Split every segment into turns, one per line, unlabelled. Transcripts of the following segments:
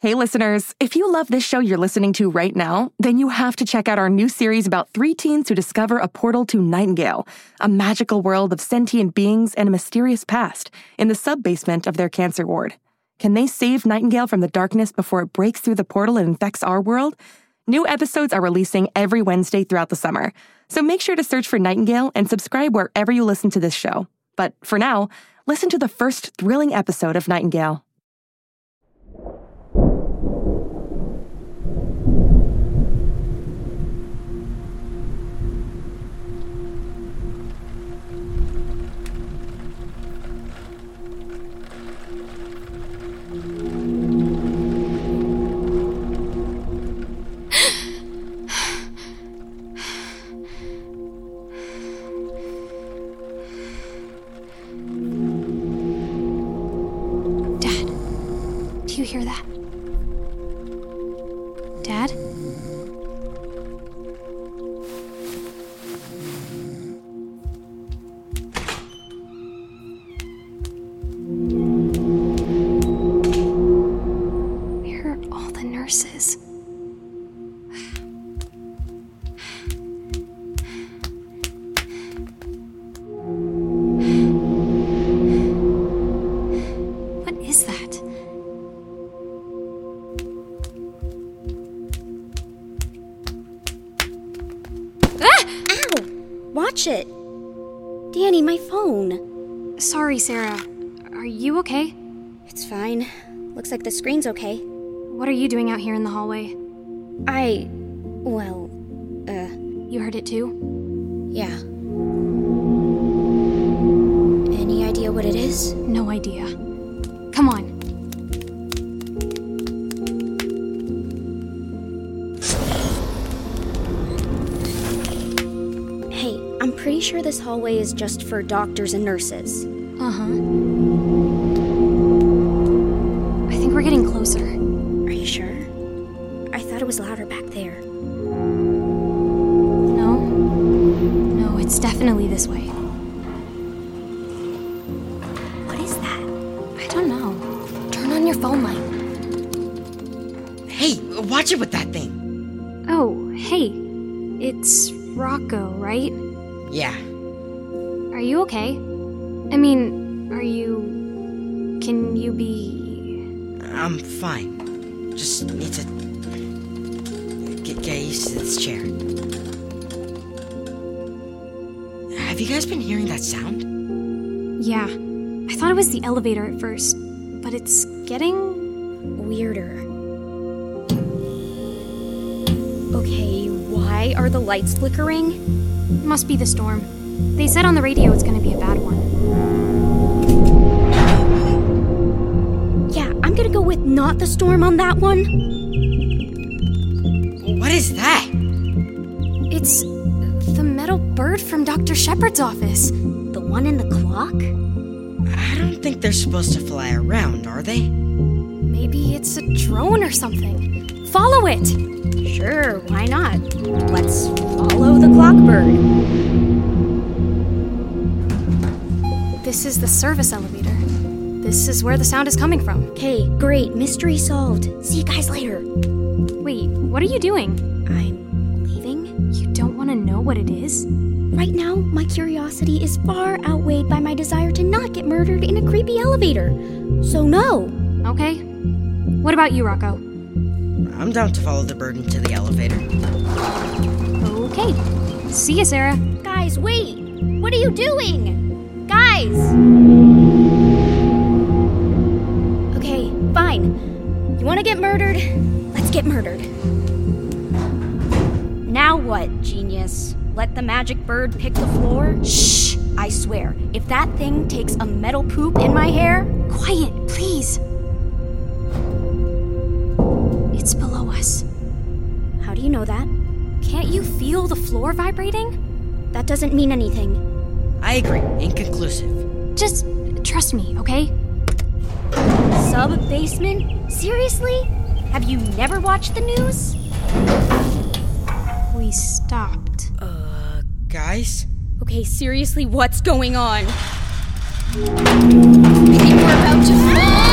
Hey, listeners, if you love this show you're listening to right now, then you have to check out our new series about three teens who discover a portal to Nightingale, a magical world of sentient beings and a mysterious past, in the sub basement of their cancer ward. Can they save Nightingale from the darkness before it breaks through the portal and infects our world? New episodes are releasing every Wednesday throughout the summer, so make sure to search for Nightingale and subscribe wherever you listen to this show. But for now, listen to the first thrilling episode of Nightingale.
Dad, do you hear that? Dad? Where are all the nurses? What is that?
Ah! Ow! Watch it! Danny, my phone.
Sorry, Sarah. Are you okay?
It's fine. Looks like the screen's okay.
What are you doing out here in the hallway?
I. Well, uh,
You heard it too?
yeah. Any idea what it is?
No idea. Come on.
Hey, I'm pretty sure this hallway is just for doctors and nurses.
Uh huh. I think we're getting closer.
Are you sure? I thought it was louder back there.
No. No, it's definitely this way.
What is that?
I don't know. Turn on your phone light.
Hey, watch it with that thing.
Oh, hey. It's Rocco, right?
Yeah.
Are you okay? I mean, are you. Can you be.
I'm fine. Just need to get, get used to this chair. Have you guys been hearing that sound?
Yeah. I thought it was the elevator at first, but it's getting.
Weirder. Okay, why are the lights flickering?
Must be the storm. They said on the radio it's gonna be a bad one.
Yeah, I'm gonna go with not the storm on that one.
What is that?
It's. the metal bird from Dr. Shepard's office.
The one in the clock?
I don't think they're supposed to fly around, are they?
Maybe it's a drone or something. Follow it!
Sure, why not? Let's follow the clockbird.
This is the service elevator. This is where the sound is coming from.
Okay, great, mystery solved. See you guys later.
Wait, what are you doing?
I'm leaving?
You don't want to know what it is?
Right now, my curiosity is far outweighed by my desire to not get murdered in a creepy elevator. So, no.
Okay. What about you, Rocco?
I'm down to follow the bird into the elevator.
Okay. See ya, Sarah.
Guys, wait! What are you doing? Guys! Okay, fine. You wanna get murdered? Let's get murdered. Now what, genius? Let the magic bird pick the floor? Shh! I swear, if that thing takes a metal poop in my hair,
Quiet, please. It's below us.
how do you know that?
Can't you feel the floor vibrating?
That doesn't mean anything.
I agree, inconclusive.
Just trust me, okay?
Sub basement? Seriously? Have you never watched the news?
We stopped.
Uh, guys?
Okay, seriously, what's going on? I think we're about to fall.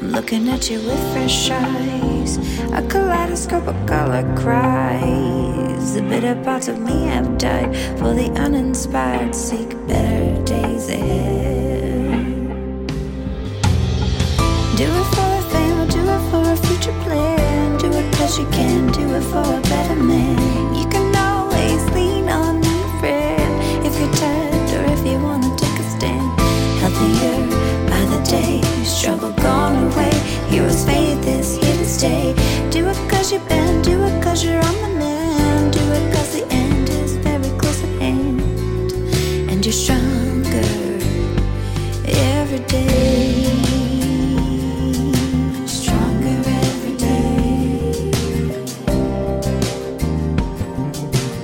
I'm looking at you with fresh eyes. A kaleidoscope of color cries. The bitter parts of me have died, for the uninspired seek better days ahead. Do it for a fame, or do it for a future plan. Do it cause you can, do it for a better man. You can always lean on a friend if you're tired or if you wanna take a stand. Healthier by the day, struggle gone away. Heroes faith is here to stay. Do it cause you've been, do it cause you're on the mend. Do it cause the end is very close at hand. And you're stronger every day. Stronger every day.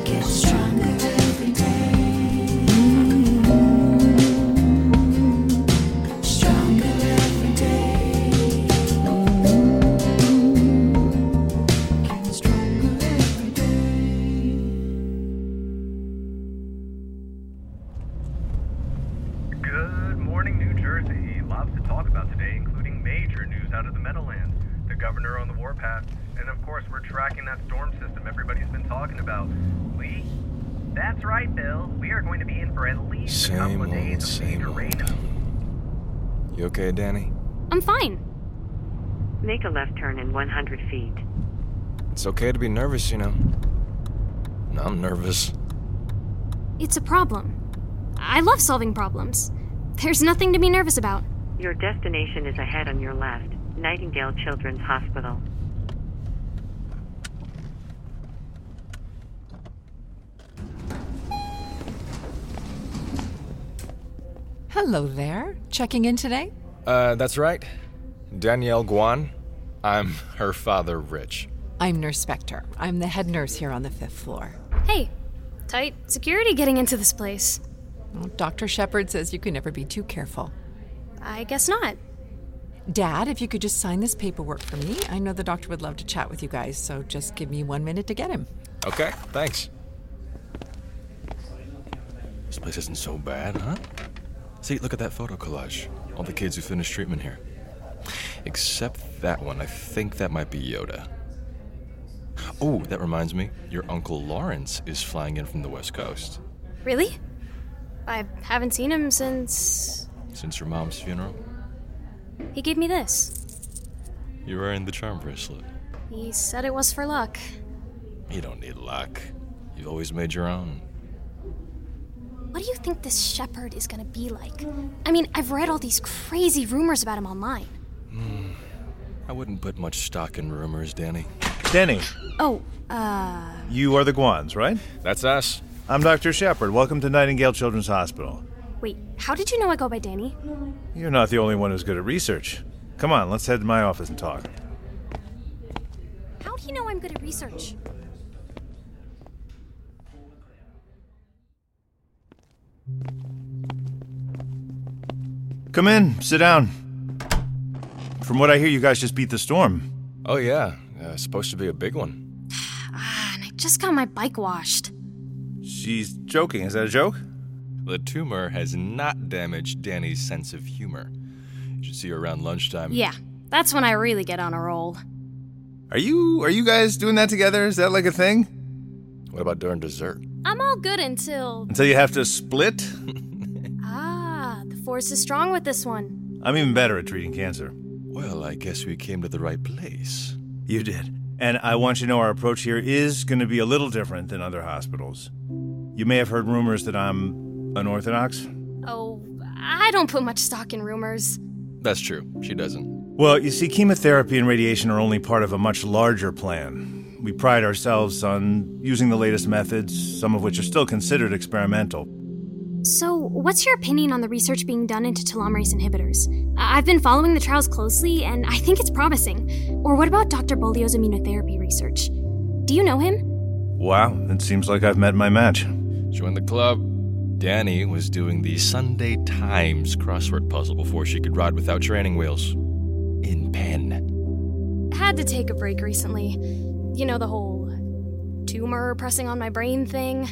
Get stronger every day. Mm. Stronger every day. Mm. Get stronger every day.
Good morning, New Jersey. Lots to talk about today, including major news out of the Meadowlands, the governor on the warpath, and of course, we're tracking that storm system everybody's been talking about. Lee? That's right, Bill. We are going to be in for at least a
Same
couple of
old,
days of
same
major rain.
old. You okay, Danny?
I'm fine.
Make a left turn in 100 feet.
It's okay to be nervous, you know. And I'm nervous.
It's a problem. I love solving problems. There's nothing to be nervous about.
Your destination is ahead on your left, Nightingale Children's Hospital.
Hello there. Checking in today?
Uh, that's right. Danielle Guan. I'm her father, Rich.
I'm Nurse Spector. I'm the head nurse here on the fifth floor.
Hey, tight security getting into this place.
Well, Dr. Shepard says you can never be too careful.
I guess not.
Dad, if you could just sign this paperwork for me, I know the doctor would love to chat with you guys, so just give me one minute to get him.
Okay, thanks.
This place isn't so bad, huh? See, look at that photo collage. All the kids who finished treatment here. Except that one. I think that might be Yoda. Oh, that reminds me. Your Uncle Lawrence is flying in from the West Coast.
Really? I haven't seen him since.
Since your mom's funeral,
He gave me this.
you're wearing the charm bracelet.
He said it was for luck.
You don't need luck. You've always made your own.
What do you think this shepherd is gonna be like? I mean, I've read all these crazy rumors about him online.
Hmm. I wouldn't put much stock in rumors, Danny.
Denny,
Oh, uh.
you are the Guans, right?
That's us.
I'm Dr. Shepard. Welcome to Nightingale Children's Hospital.
Wait, how did you know I go by Danny?
You're not the only one who's good at research. Come on, let's head to my office and talk.
How do you know I'm good at research?
Come in, sit down. From what I hear, you guys just beat the storm.
Oh, yeah. Uh, supposed to be a big one.
Ah, and I just got my bike washed.
She's joking. Is that a joke?
The tumor has not damaged Danny's sense of humor. You should see her around lunchtime.
Yeah, that's when I really get on a roll.
Are you are you guys doing that together? Is that like a thing?
What about during dessert?
I'm all good until.
Until you have to split?
Ah, the force is strong with this one.
I'm even better at treating cancer.
Well, I guess we came to the right place.
You did. And I want you to know our approach here is going to be a little different than other hospitals. You may have heard rumors that I'm unorthodox.
Oh, I don't put much stock in rumors.
That's true. She doesn't.
Well, you see, chemotherapy and radiation are only part of a much larger plan. We pride ourselves on using the latest methods, some of which are still considered experimental.
So, what's your opinion on the research being done into telomerase inhibitors? I- I've been following the trials closely, and I think it's promising. Or what about Dr. Bolio's immunotherapy research? Do you know him?
Wow, it seems like I've met my match.
Join the club. Danny was doing the Sunday Times crossword puzzle before she could ride without training wheels. In pen.
Had to take a break recently. You know, the whole tumor pressing on my brain thing.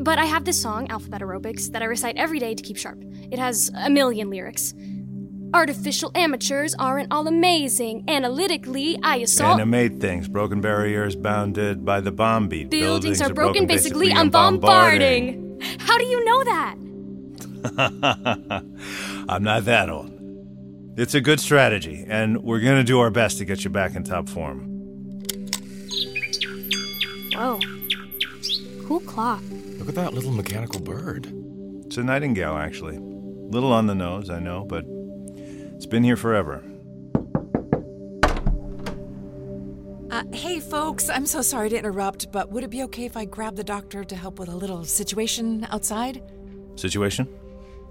But I have this song, Alphabet Aerobics, that I recite every day to keep sharp. It has a million lyrics. Artificial amateurs aren't all amazing. Analytically, I assault.
Animate things. Broken barriers bounded by the bomb beat.
Buildings, are broken, basically, I'm bombarding. How do you know that?
I'm not that old. It's a good strategy, and we're going to do our best to get you back in top form.
Whoa. Oh. Cool clock.
Look at that little mechanical bird. It's a nightingale, actually. Little on the nose, I know, but it's been here forever.
Uh, hey, folks, I'm so sorry to interrupt, but would it be okay if I grab the doctor to help with a little situation outside?
Situation?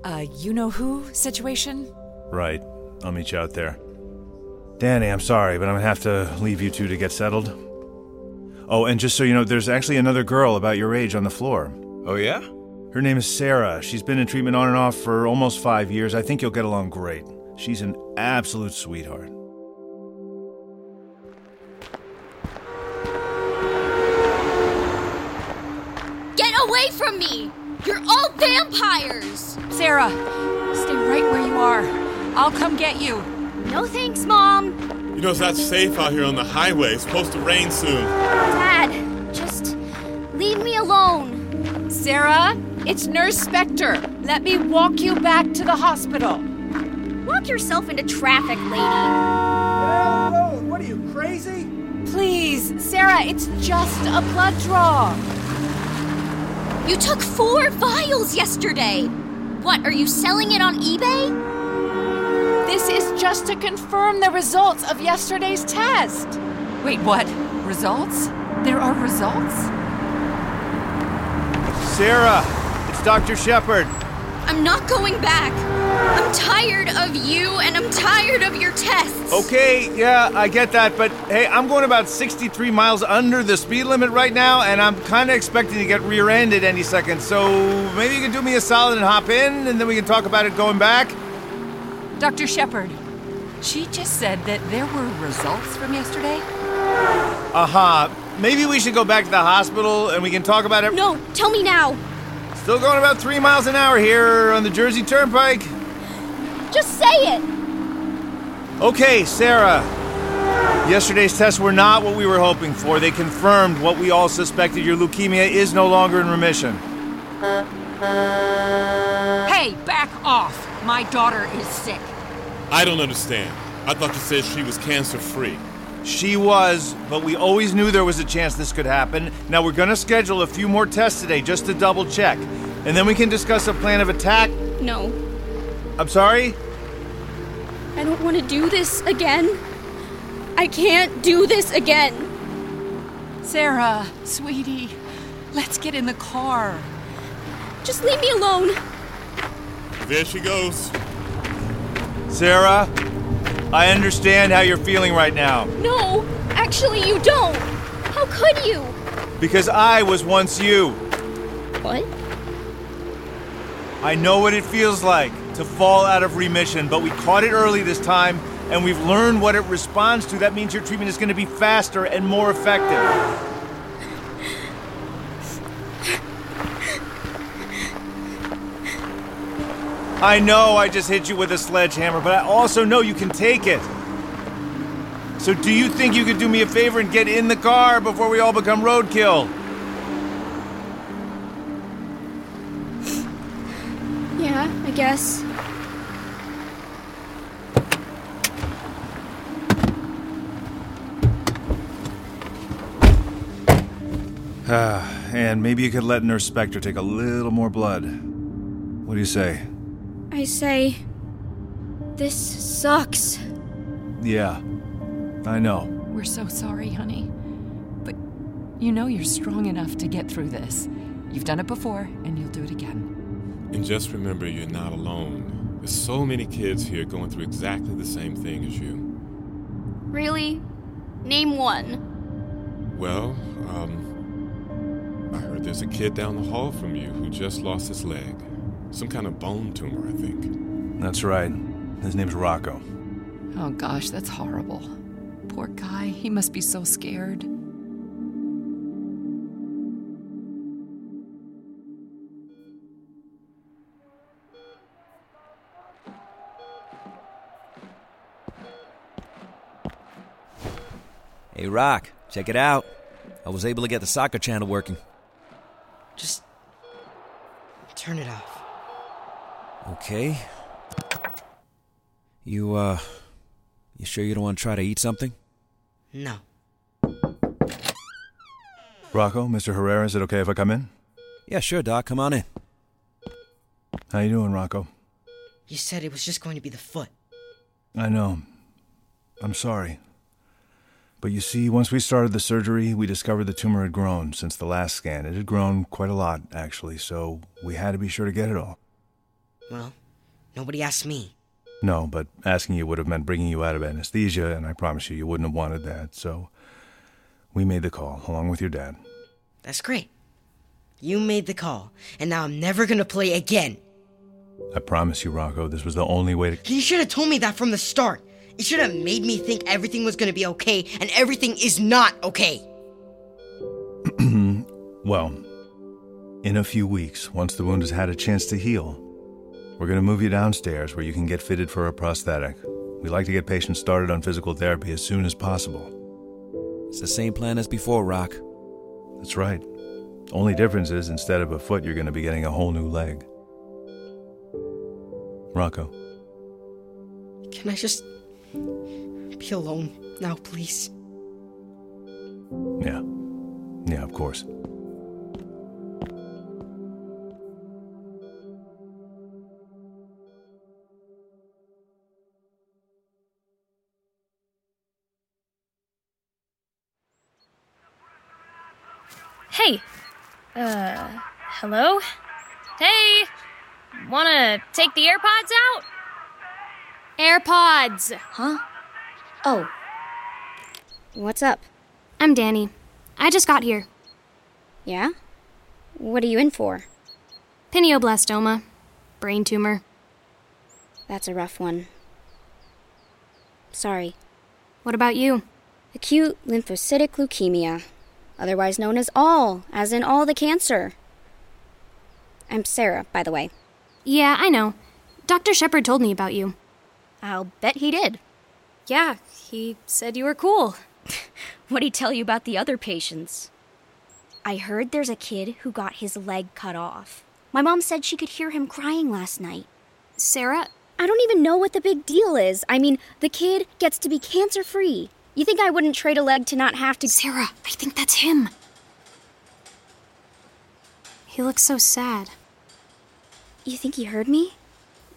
Uh, you know who situation?
Right. I'll meet you out there. Danny, I'm sorry, but I'm gonna have to leave you two to get settled. Oh, and just so you know, there's actually another girl about your age on the floor.
Oh, yeah?
Her name is Sarah. She's been in treatment on and off for almost five years. I think you'll get along great. She's an absolute sweetheart.
Get away from me! You're all vampires!
Sarah, stay right where you are. I'll come get you.
No thanks, Mom.
You know it's not safe out here on the highway. It's supposed to rain soon.
Dad, just leave me alone.
Sarah, it's Nurse Spectre. Let me walk you back to the hospital.
Walk yourself into traffic, lady.
What are you, crazy?
Please, Sarah, it's just a blood draw.
You took four vials yesterday! What, are you selling it on eBay?
This is just to confirm the results of yesterday's test.
Wait, what? Results? There are results?
Sarah, it's Dr. Shepard.
I'm not going back. I'm tired of you and I'm tired of your tests.
Oh. Okay, yeah, I get that, but hey, I'm going about 63 miles under the speed limit right now, and I'm kind of expecting to get rear ended any second, so maybe you can do me a solid and hop in, and then we can talk about it going back.
Dr. Shepard, she just said that there were results from yesterday.
Aha, uh-huh. maybe we should go back to the hospital and we can talk about it.
No, tell me now.
Still going about three miles an hour here on the Jersey Turnpike.
Just say it!
Okay, Sarah. Yesterday's tests were not what we were hoping for. They confirmed what we all suspected your leukemia is no longer in remission.
Hey, back off! My daughter is sick.
I don't understand. I thought you said she was cancer free.
She was, but we always knew there was a chance this could happen. Now we're going to schedule a few more tests today just to double check. And then we can discuss a plan of attack.
No,
I'm sorry?
I don't want to do this again. I can't do this again.
Sarah, sweetie, let's get in the car.
Just leave me alone.
There she goes.
Sarah, I understand how you're feeling right now.
No, actually, you don't. How could you?
Because I was once you.
What?
I know what it feels like to fall out of remission, but we caught it early this time, and we've learned what it responds to. That means your treatment is going to be faster and more effective. I know I just hit you with a sledgehammer, but I also know you can take it. So, do you think you could do me a favor and get in the car before we all become roadkill?
Yeah, I guess.
Ah, and maybe you could let Nurse Spectre take a little more blood. What do you say?
I say. This sucks.
Yeah, I know.
We're so sorry, honey. But you know you're strong enough to get through this. You've done it before, and you'll do it again.
And just remember, you're not alone. There's so many kids here going through exactly the same thing as you.
Really? Name one.
Well, um, I heard there's a kid down the hall from you who just lost his leg. Some kind of bone tumor, I think.
That's right. His name's Rocco.
Oh gosh, that's horrible. Poor guy, he must be so scared.
Hey, Rock, check it out. I was able to get the soccer channel working.
Just turn it off.
Okay. You, uh. You sure you don't want to try to eat something?
No.
Rocco, Mr. Herrera, is it okay if I come in?
Yeah, sure, Doc. Come on in.
How you doing, Rocco?
You said it was just going to be the foot.
I know. I'm sorry. But you see, once we started the surgery, we discovered the tumor had grown since the last scan. It had grown quite a lot, actually, so we had to be sure to get it all.
Well, nobody asked me.
No, but asking you would have meant bringing you out of anesthesia, and I promise you, you wouldn't have wanted that, so we made the call, along with your dad.
That's great. You made the call, and now I'm never gonna play again.
I promise you, Rocco, this was the only way to.
You should have told me that from the start. You should have made me think everything was gonna be okay, and everything is not okay.
well, in a few weeks, once the wound has had a chance to heal, we're gonna move you downstairs where you can get fitted for a prosthetic. We like to get patients started on physical therapy as soon as possible.
It's the same plan as before, Rock.
That's right. Only difference is instead of a foot, you're gonna be getting a whole new leg. Rocco,
Can I just be alone now, please?
yeah. Yeah, of course.
Hey. Uh, hello? Hey. Wanna take the AirPods out?
AirPods! Huh?
Oh.
What's up? I'm Danny. I just got here.
Yeah? What are you in for?
Pineoblastoma. Brain tumor.
That's a rough one. Sorry.
What about you?
Acute lymphocytic leukemia, otherwise known as all, as in all the cancer. I'm Sarah, by the way.
Yeah, I know. Dr. Shepard told me about you.
I'll bet he did.
Yeah, he said you were cool.
What'd he tell you about the other patients? I heard there's a kid who got his leg cut off. My mom said she could hear him crying last night.
Sarah?
I don't even know what the big deal is. I mean, the kid gets to be cancer free. You think I wouldn't trade a leg to not have to.
Sarah, I think that's him. He looks so sad.
You think he heard me?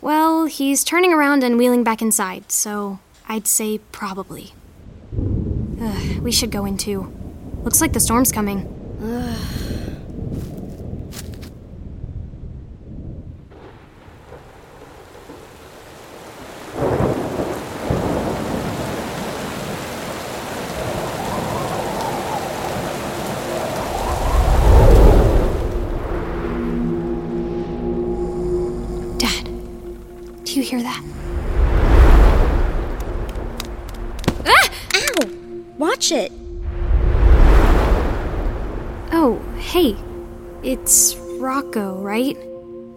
Well, he's turning around and wheeling back inside, so I'd say probably. Ugh, we should go in too. Looks like the storm's coming. Dad, do you hear that?
Ah! Ow! Watch it.
Oh, hey. It's Rocco, right?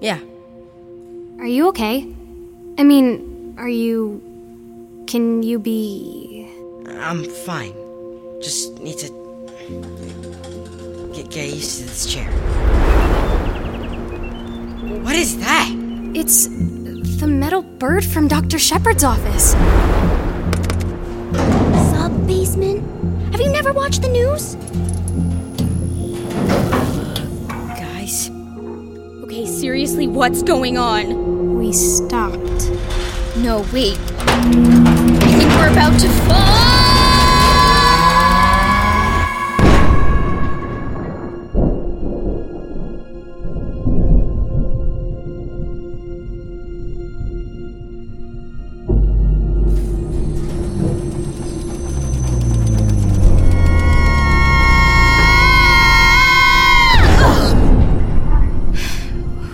Yeah.
Are you okay? I mean, are you. Can you be.
I'm fine. Just need to get, get used to this chair. What is that?
It's the metal bird from Dr. Shepard's office.
Sub basement? Have you never watched the news?
Guys,
Okay, seriously, what's going on?
We stopped.
No, wait. I think we're about to fall!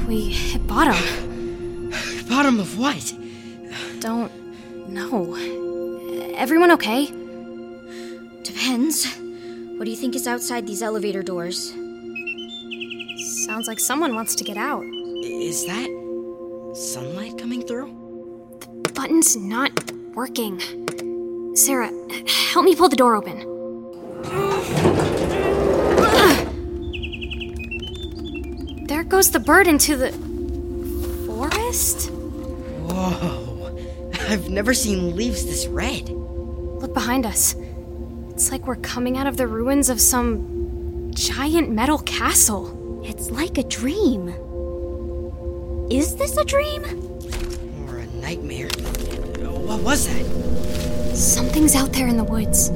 We hit bottom.
bottom of what?
Don't know. Everyone okay?
Depends. What do you think is outside these elevator doors?
Sounds like someone wants to get out.
Is that sunlight coming through?
Button's not working. Sarah, help me pull the door open. There goes the bird into the. forest?
Whoa. I've never seen leaves this red.
Look behind us. It's like we're coming out of the ruins of some giant metal castle.
It's like a dream. Is this a dream?
Or a nightmare. What was that?
Something's out there in the woods.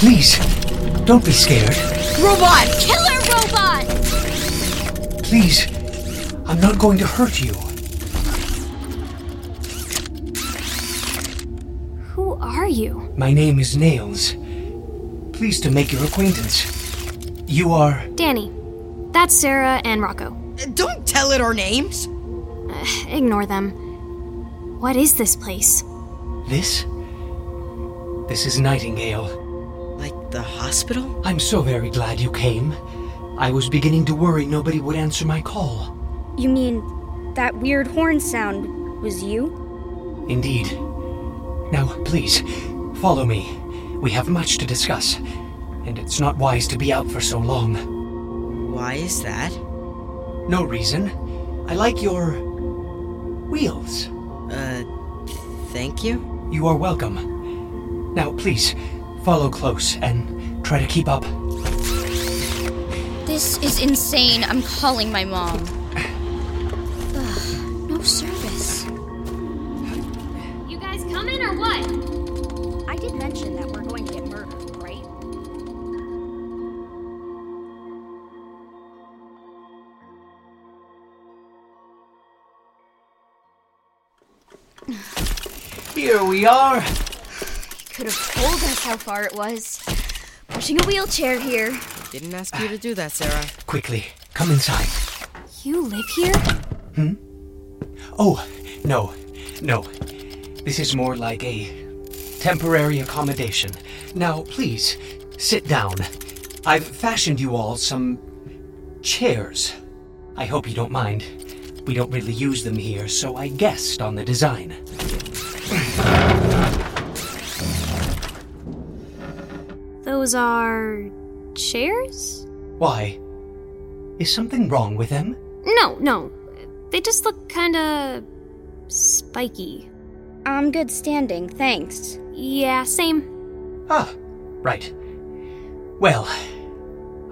Please, don't be scared.
Robot! Killer robot!
Please, I'm not going to hurt you.
Who are you?
My name is Nails. Pleased to make your acquaintance. You are.
Danny. That's Sarah and Rocco.
Uh,
Uh,
Don't tell it our names!
ignore them. What is this place?
This? This is Nightingale.
Like the hospital?
I'm so very glad you came. I was beginning to worry nobody would answer my call.
You mean that weird horn sound was you?
Indeed. Now, please, follow me. We have much to discuss, and it's not wise to be out for so long.
Why is that?
No reason. I like your. wheels.
Uh, thank you?
You are welcome. Now, please, follow close and try to keep up.
This is insane. I'm calling my mom. Ugh, no service.
You guys coming or what?
I did mention that we're going to get murdered, right?
Here we are.
Could have told us how far it was. Pushing a wheelchair here.
Didn't ask you to do that, Sarah.
Quickly, come inside.
You live here?
Hmm? Oh, no, no. This is more like a temporary accommodation. Now, please, sit down. I've fashioned you all some chairs. I hope you don't mind. We don't really use them here, so I guessed on the design.
Those are. chairs?
Why? Is something wrong with them?
No, no. They just look kinda. spiky.
I'm good standing, thanks.
Yeah, same.
Ah, right. Well,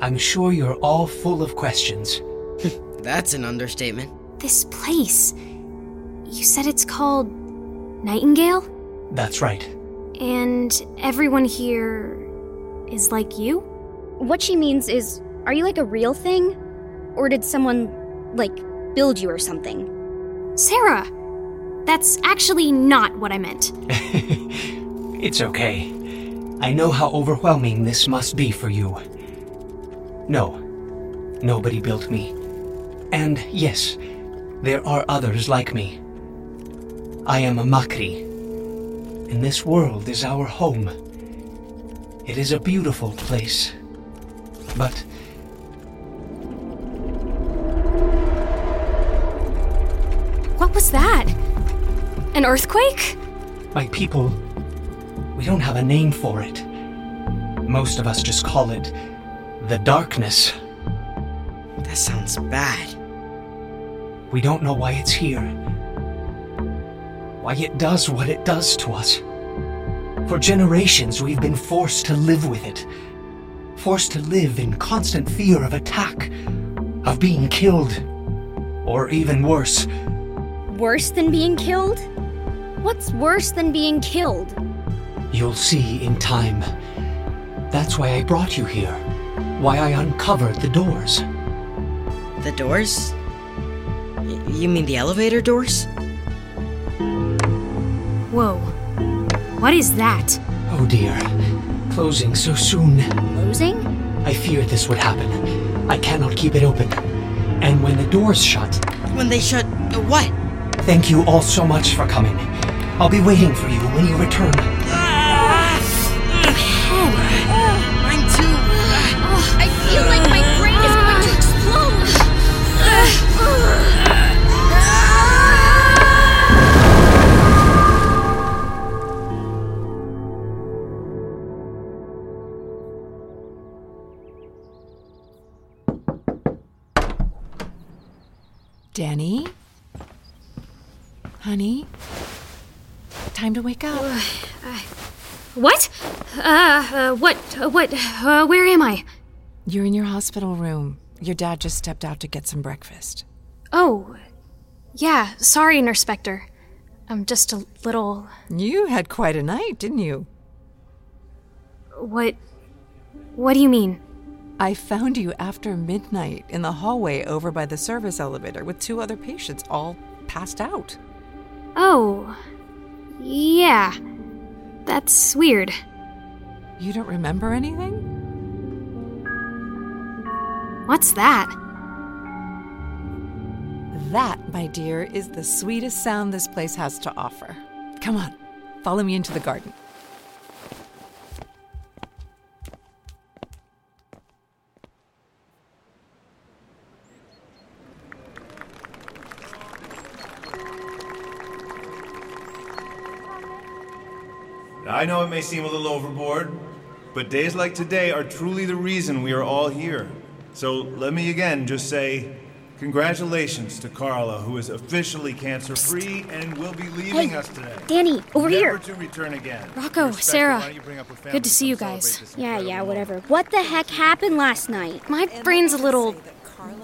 I'm sure you're all full of questions.
That's an understatement.
This place. You said it's called. Nightingale?
That's right.
And everyone here. is like you?
What she means is, are you like a real thing? Or did someone, like, build you or something?
Sarah! That's actually not what I meant.
It's okay. I know how overwhelming this must be for you. No, nobody built me. And yes, there are others like me. I am a Makri, and this world is our home. It is a beautiful place. But
What was that? An earthquake?
my people, we don't have a name for it. Most of us just call it the darkness.
That sounds bad.
We don't know why it's here. Why it does what it does to us. For generations, we've been forced to live with it. Forced to live in constant fear of attack, of being killed, or even worse,
Worse than being killed? What's worse than being killed?
You'll see in time. That's why I brought you here. Why I uncovered the doors.
The doors? Y- you mean the elevator doors?
Whoa. What is that?
Oh dear. Closing so soon.
Losing?
I feared this would happen. I cannot keep it open. And when the doors shut,
When they shut. uh, What?
thank you all so much for coming. I'll be waiting for you when you return.
Mine too.
I feel like my brain is going to
Danny? Honey? Time to wake up.
What? Uh, uh what? Uh, what? Uh, where am I?
You're in your hospital room. Your dad just stepped out to get some breakfast.
Oh, yeah. Sorry, Nurse Spectre. I'm just a little.
You had quite a night, didn't you?
What? What do you mean?
I found you after midnight in the hallway over by the service elevator with two other patients all passed out.
Oh, yeah. That's weird.
You don't remember anything?
What's that?
That, my dear, is the sweetest sound this place has to offer. Come on, follow me into the garden.
I know it may seem a little overboard, but days like today are truly the reason we are all here. So let me again just say congratulations to Carla, who is officially cancer free and will be leaving
Hey,
us today.
Danny, over
Never
here.
to return again.
Rocco,
Respect,
Sarah,
why don't you bring up a family
good to see you
come
guys.
celebrate this
Yeah, yeah, whatever. What the heck happened last night?
My brain's a little.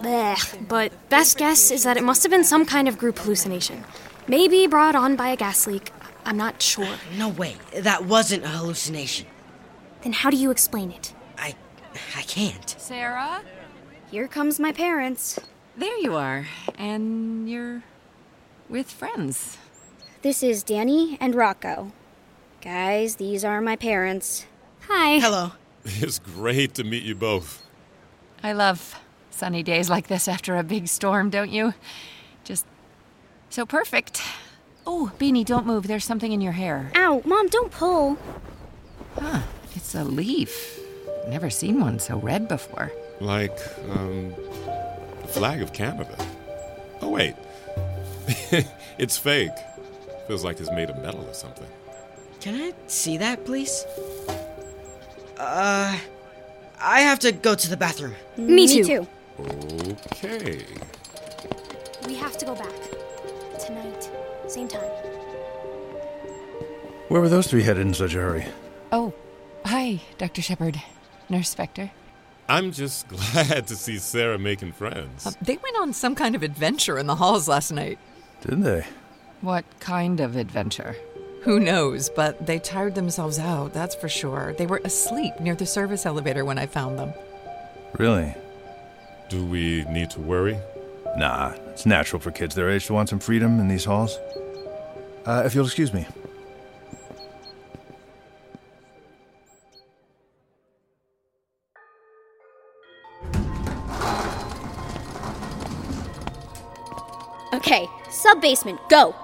Bleh, but best guess is that it must have been some kind of group hallucination. Maybe brought on by a gas leak. I'm not sure.
No way. That wasn't a hallucination.
Then how do you explain it?
I can't.
Sarah?
Here comes my parents.
There you are. And you're with friends.
This is Danny and Rocco. Guys, these are my parents.
Hi.
Hello.
It's great to meet you both.
I love sunny days like this after a big storm, don't you? Just so perfect. Oh, Beanie, don't move. There's something in your hair.
Ow, Mom, don't pull.
Huh, it's a leaf. Never seen one so red before.
Like, um, the flag of Canada. Oh, wait. it's fake. Feels like it's made of metal or something.
Can I see that, please? Uh, I have to go to the bathroom.
Me Me too. too.
Okay.
We have to go back. Tonight. Same time.
Where were those three headed in such a hurry?
Oh, hi, Dr. Shepard. Nurse Spectre.
I'm just glad to see Sarah making friends.
Uh, they went on some kind of adventure in the halls last night.
Didn't they?
What kind of adventure?
Who knows, but they tired themselves out, that's for sure. They were asleep near the service elevator when I found them.
Really?
Do we need to worry?
Nah, it's natural for kids their age to want some freedom in these halls. Uh, if you'll excuse me.
Okay, sub basement, go.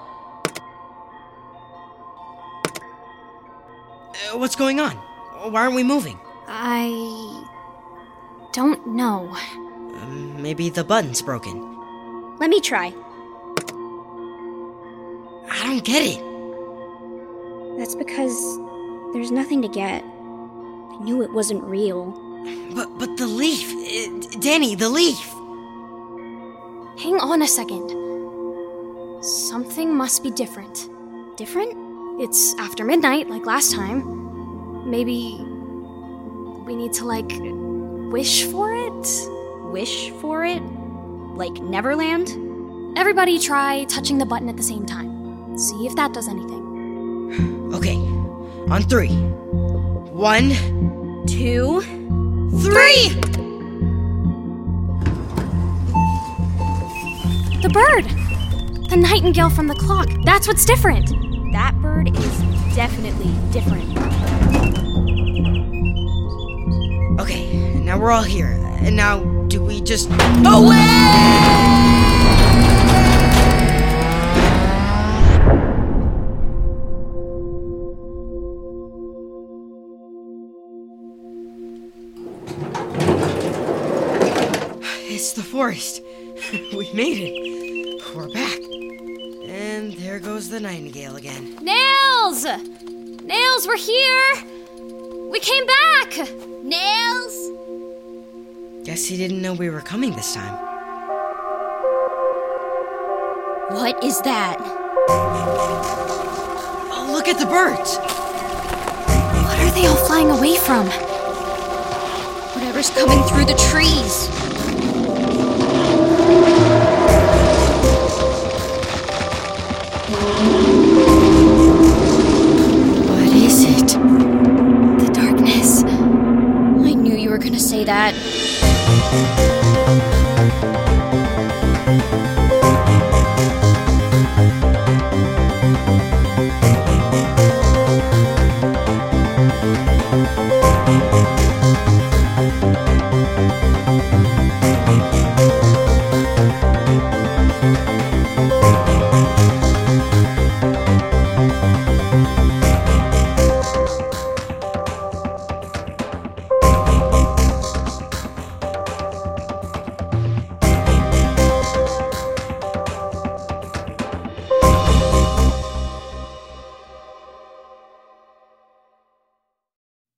Uh, what's going on? Why aren't we moving?
I. don't know.
Maybe the button's broken.
Let me try.
I don't get it.
That's because there's nothing to get. I knew it wasn't real.
But but the leaf, uh, Danny, the leaf.
Hang on a second. Something must be different.
Different?
It's after midnight, like last time. Maybe. we need to, like, wish for it?
Wish for it? Like Neverland?
Everybody try touching the button at the same time. See if that does anything.
Okay, on three. One,
two,
three.
The bird! The nightingale from the clock. That's what's different.
That bird is definitely different.
Okay, now we're all here. And now, do we just? Oh wait! It's the forest. we made it. We're back. And there goes the nightingale again.
Nails! Nails, we're here! We came back! Nails!
Guess he didn't know we were coming this time.
What is that?
Oh, look at the birds!
What are they all flying away from? Whatever's coming through the trees. What is it? The darkness. I knew you were gonna say that.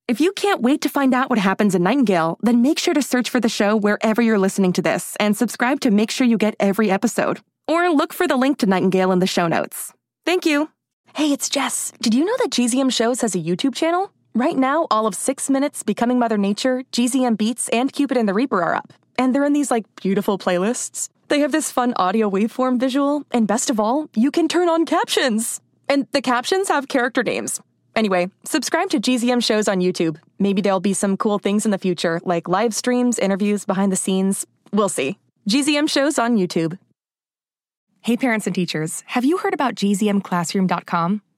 If you can't wait to find out what happens in Nightingale, then make sure to search for the show wherever you're listening to this and subscribe to make sure you get every episode. Or look for the link to Nightingale in the show notes. Thank you. Hey, it's Jess. Did you know that GZM Shows has a YouTube channel? Right now, all of Six Minutes, Becoming Mother Nature, GZM Beats, and Cupid and the Reaper are up. And they're in these, like, beautiful playlists. They have this fun audio waveform visual, and best of all, you can turn on captions. And the captions have character names. Anyway, subscribe to GZM shows on YouTube. Maybe there'll be some cool things in the future, like live streams, interviews, behind the scenes. We'll see. GZM shows on YouTube. Hey, parents and teachers, have you heard about gzmclassroom.com?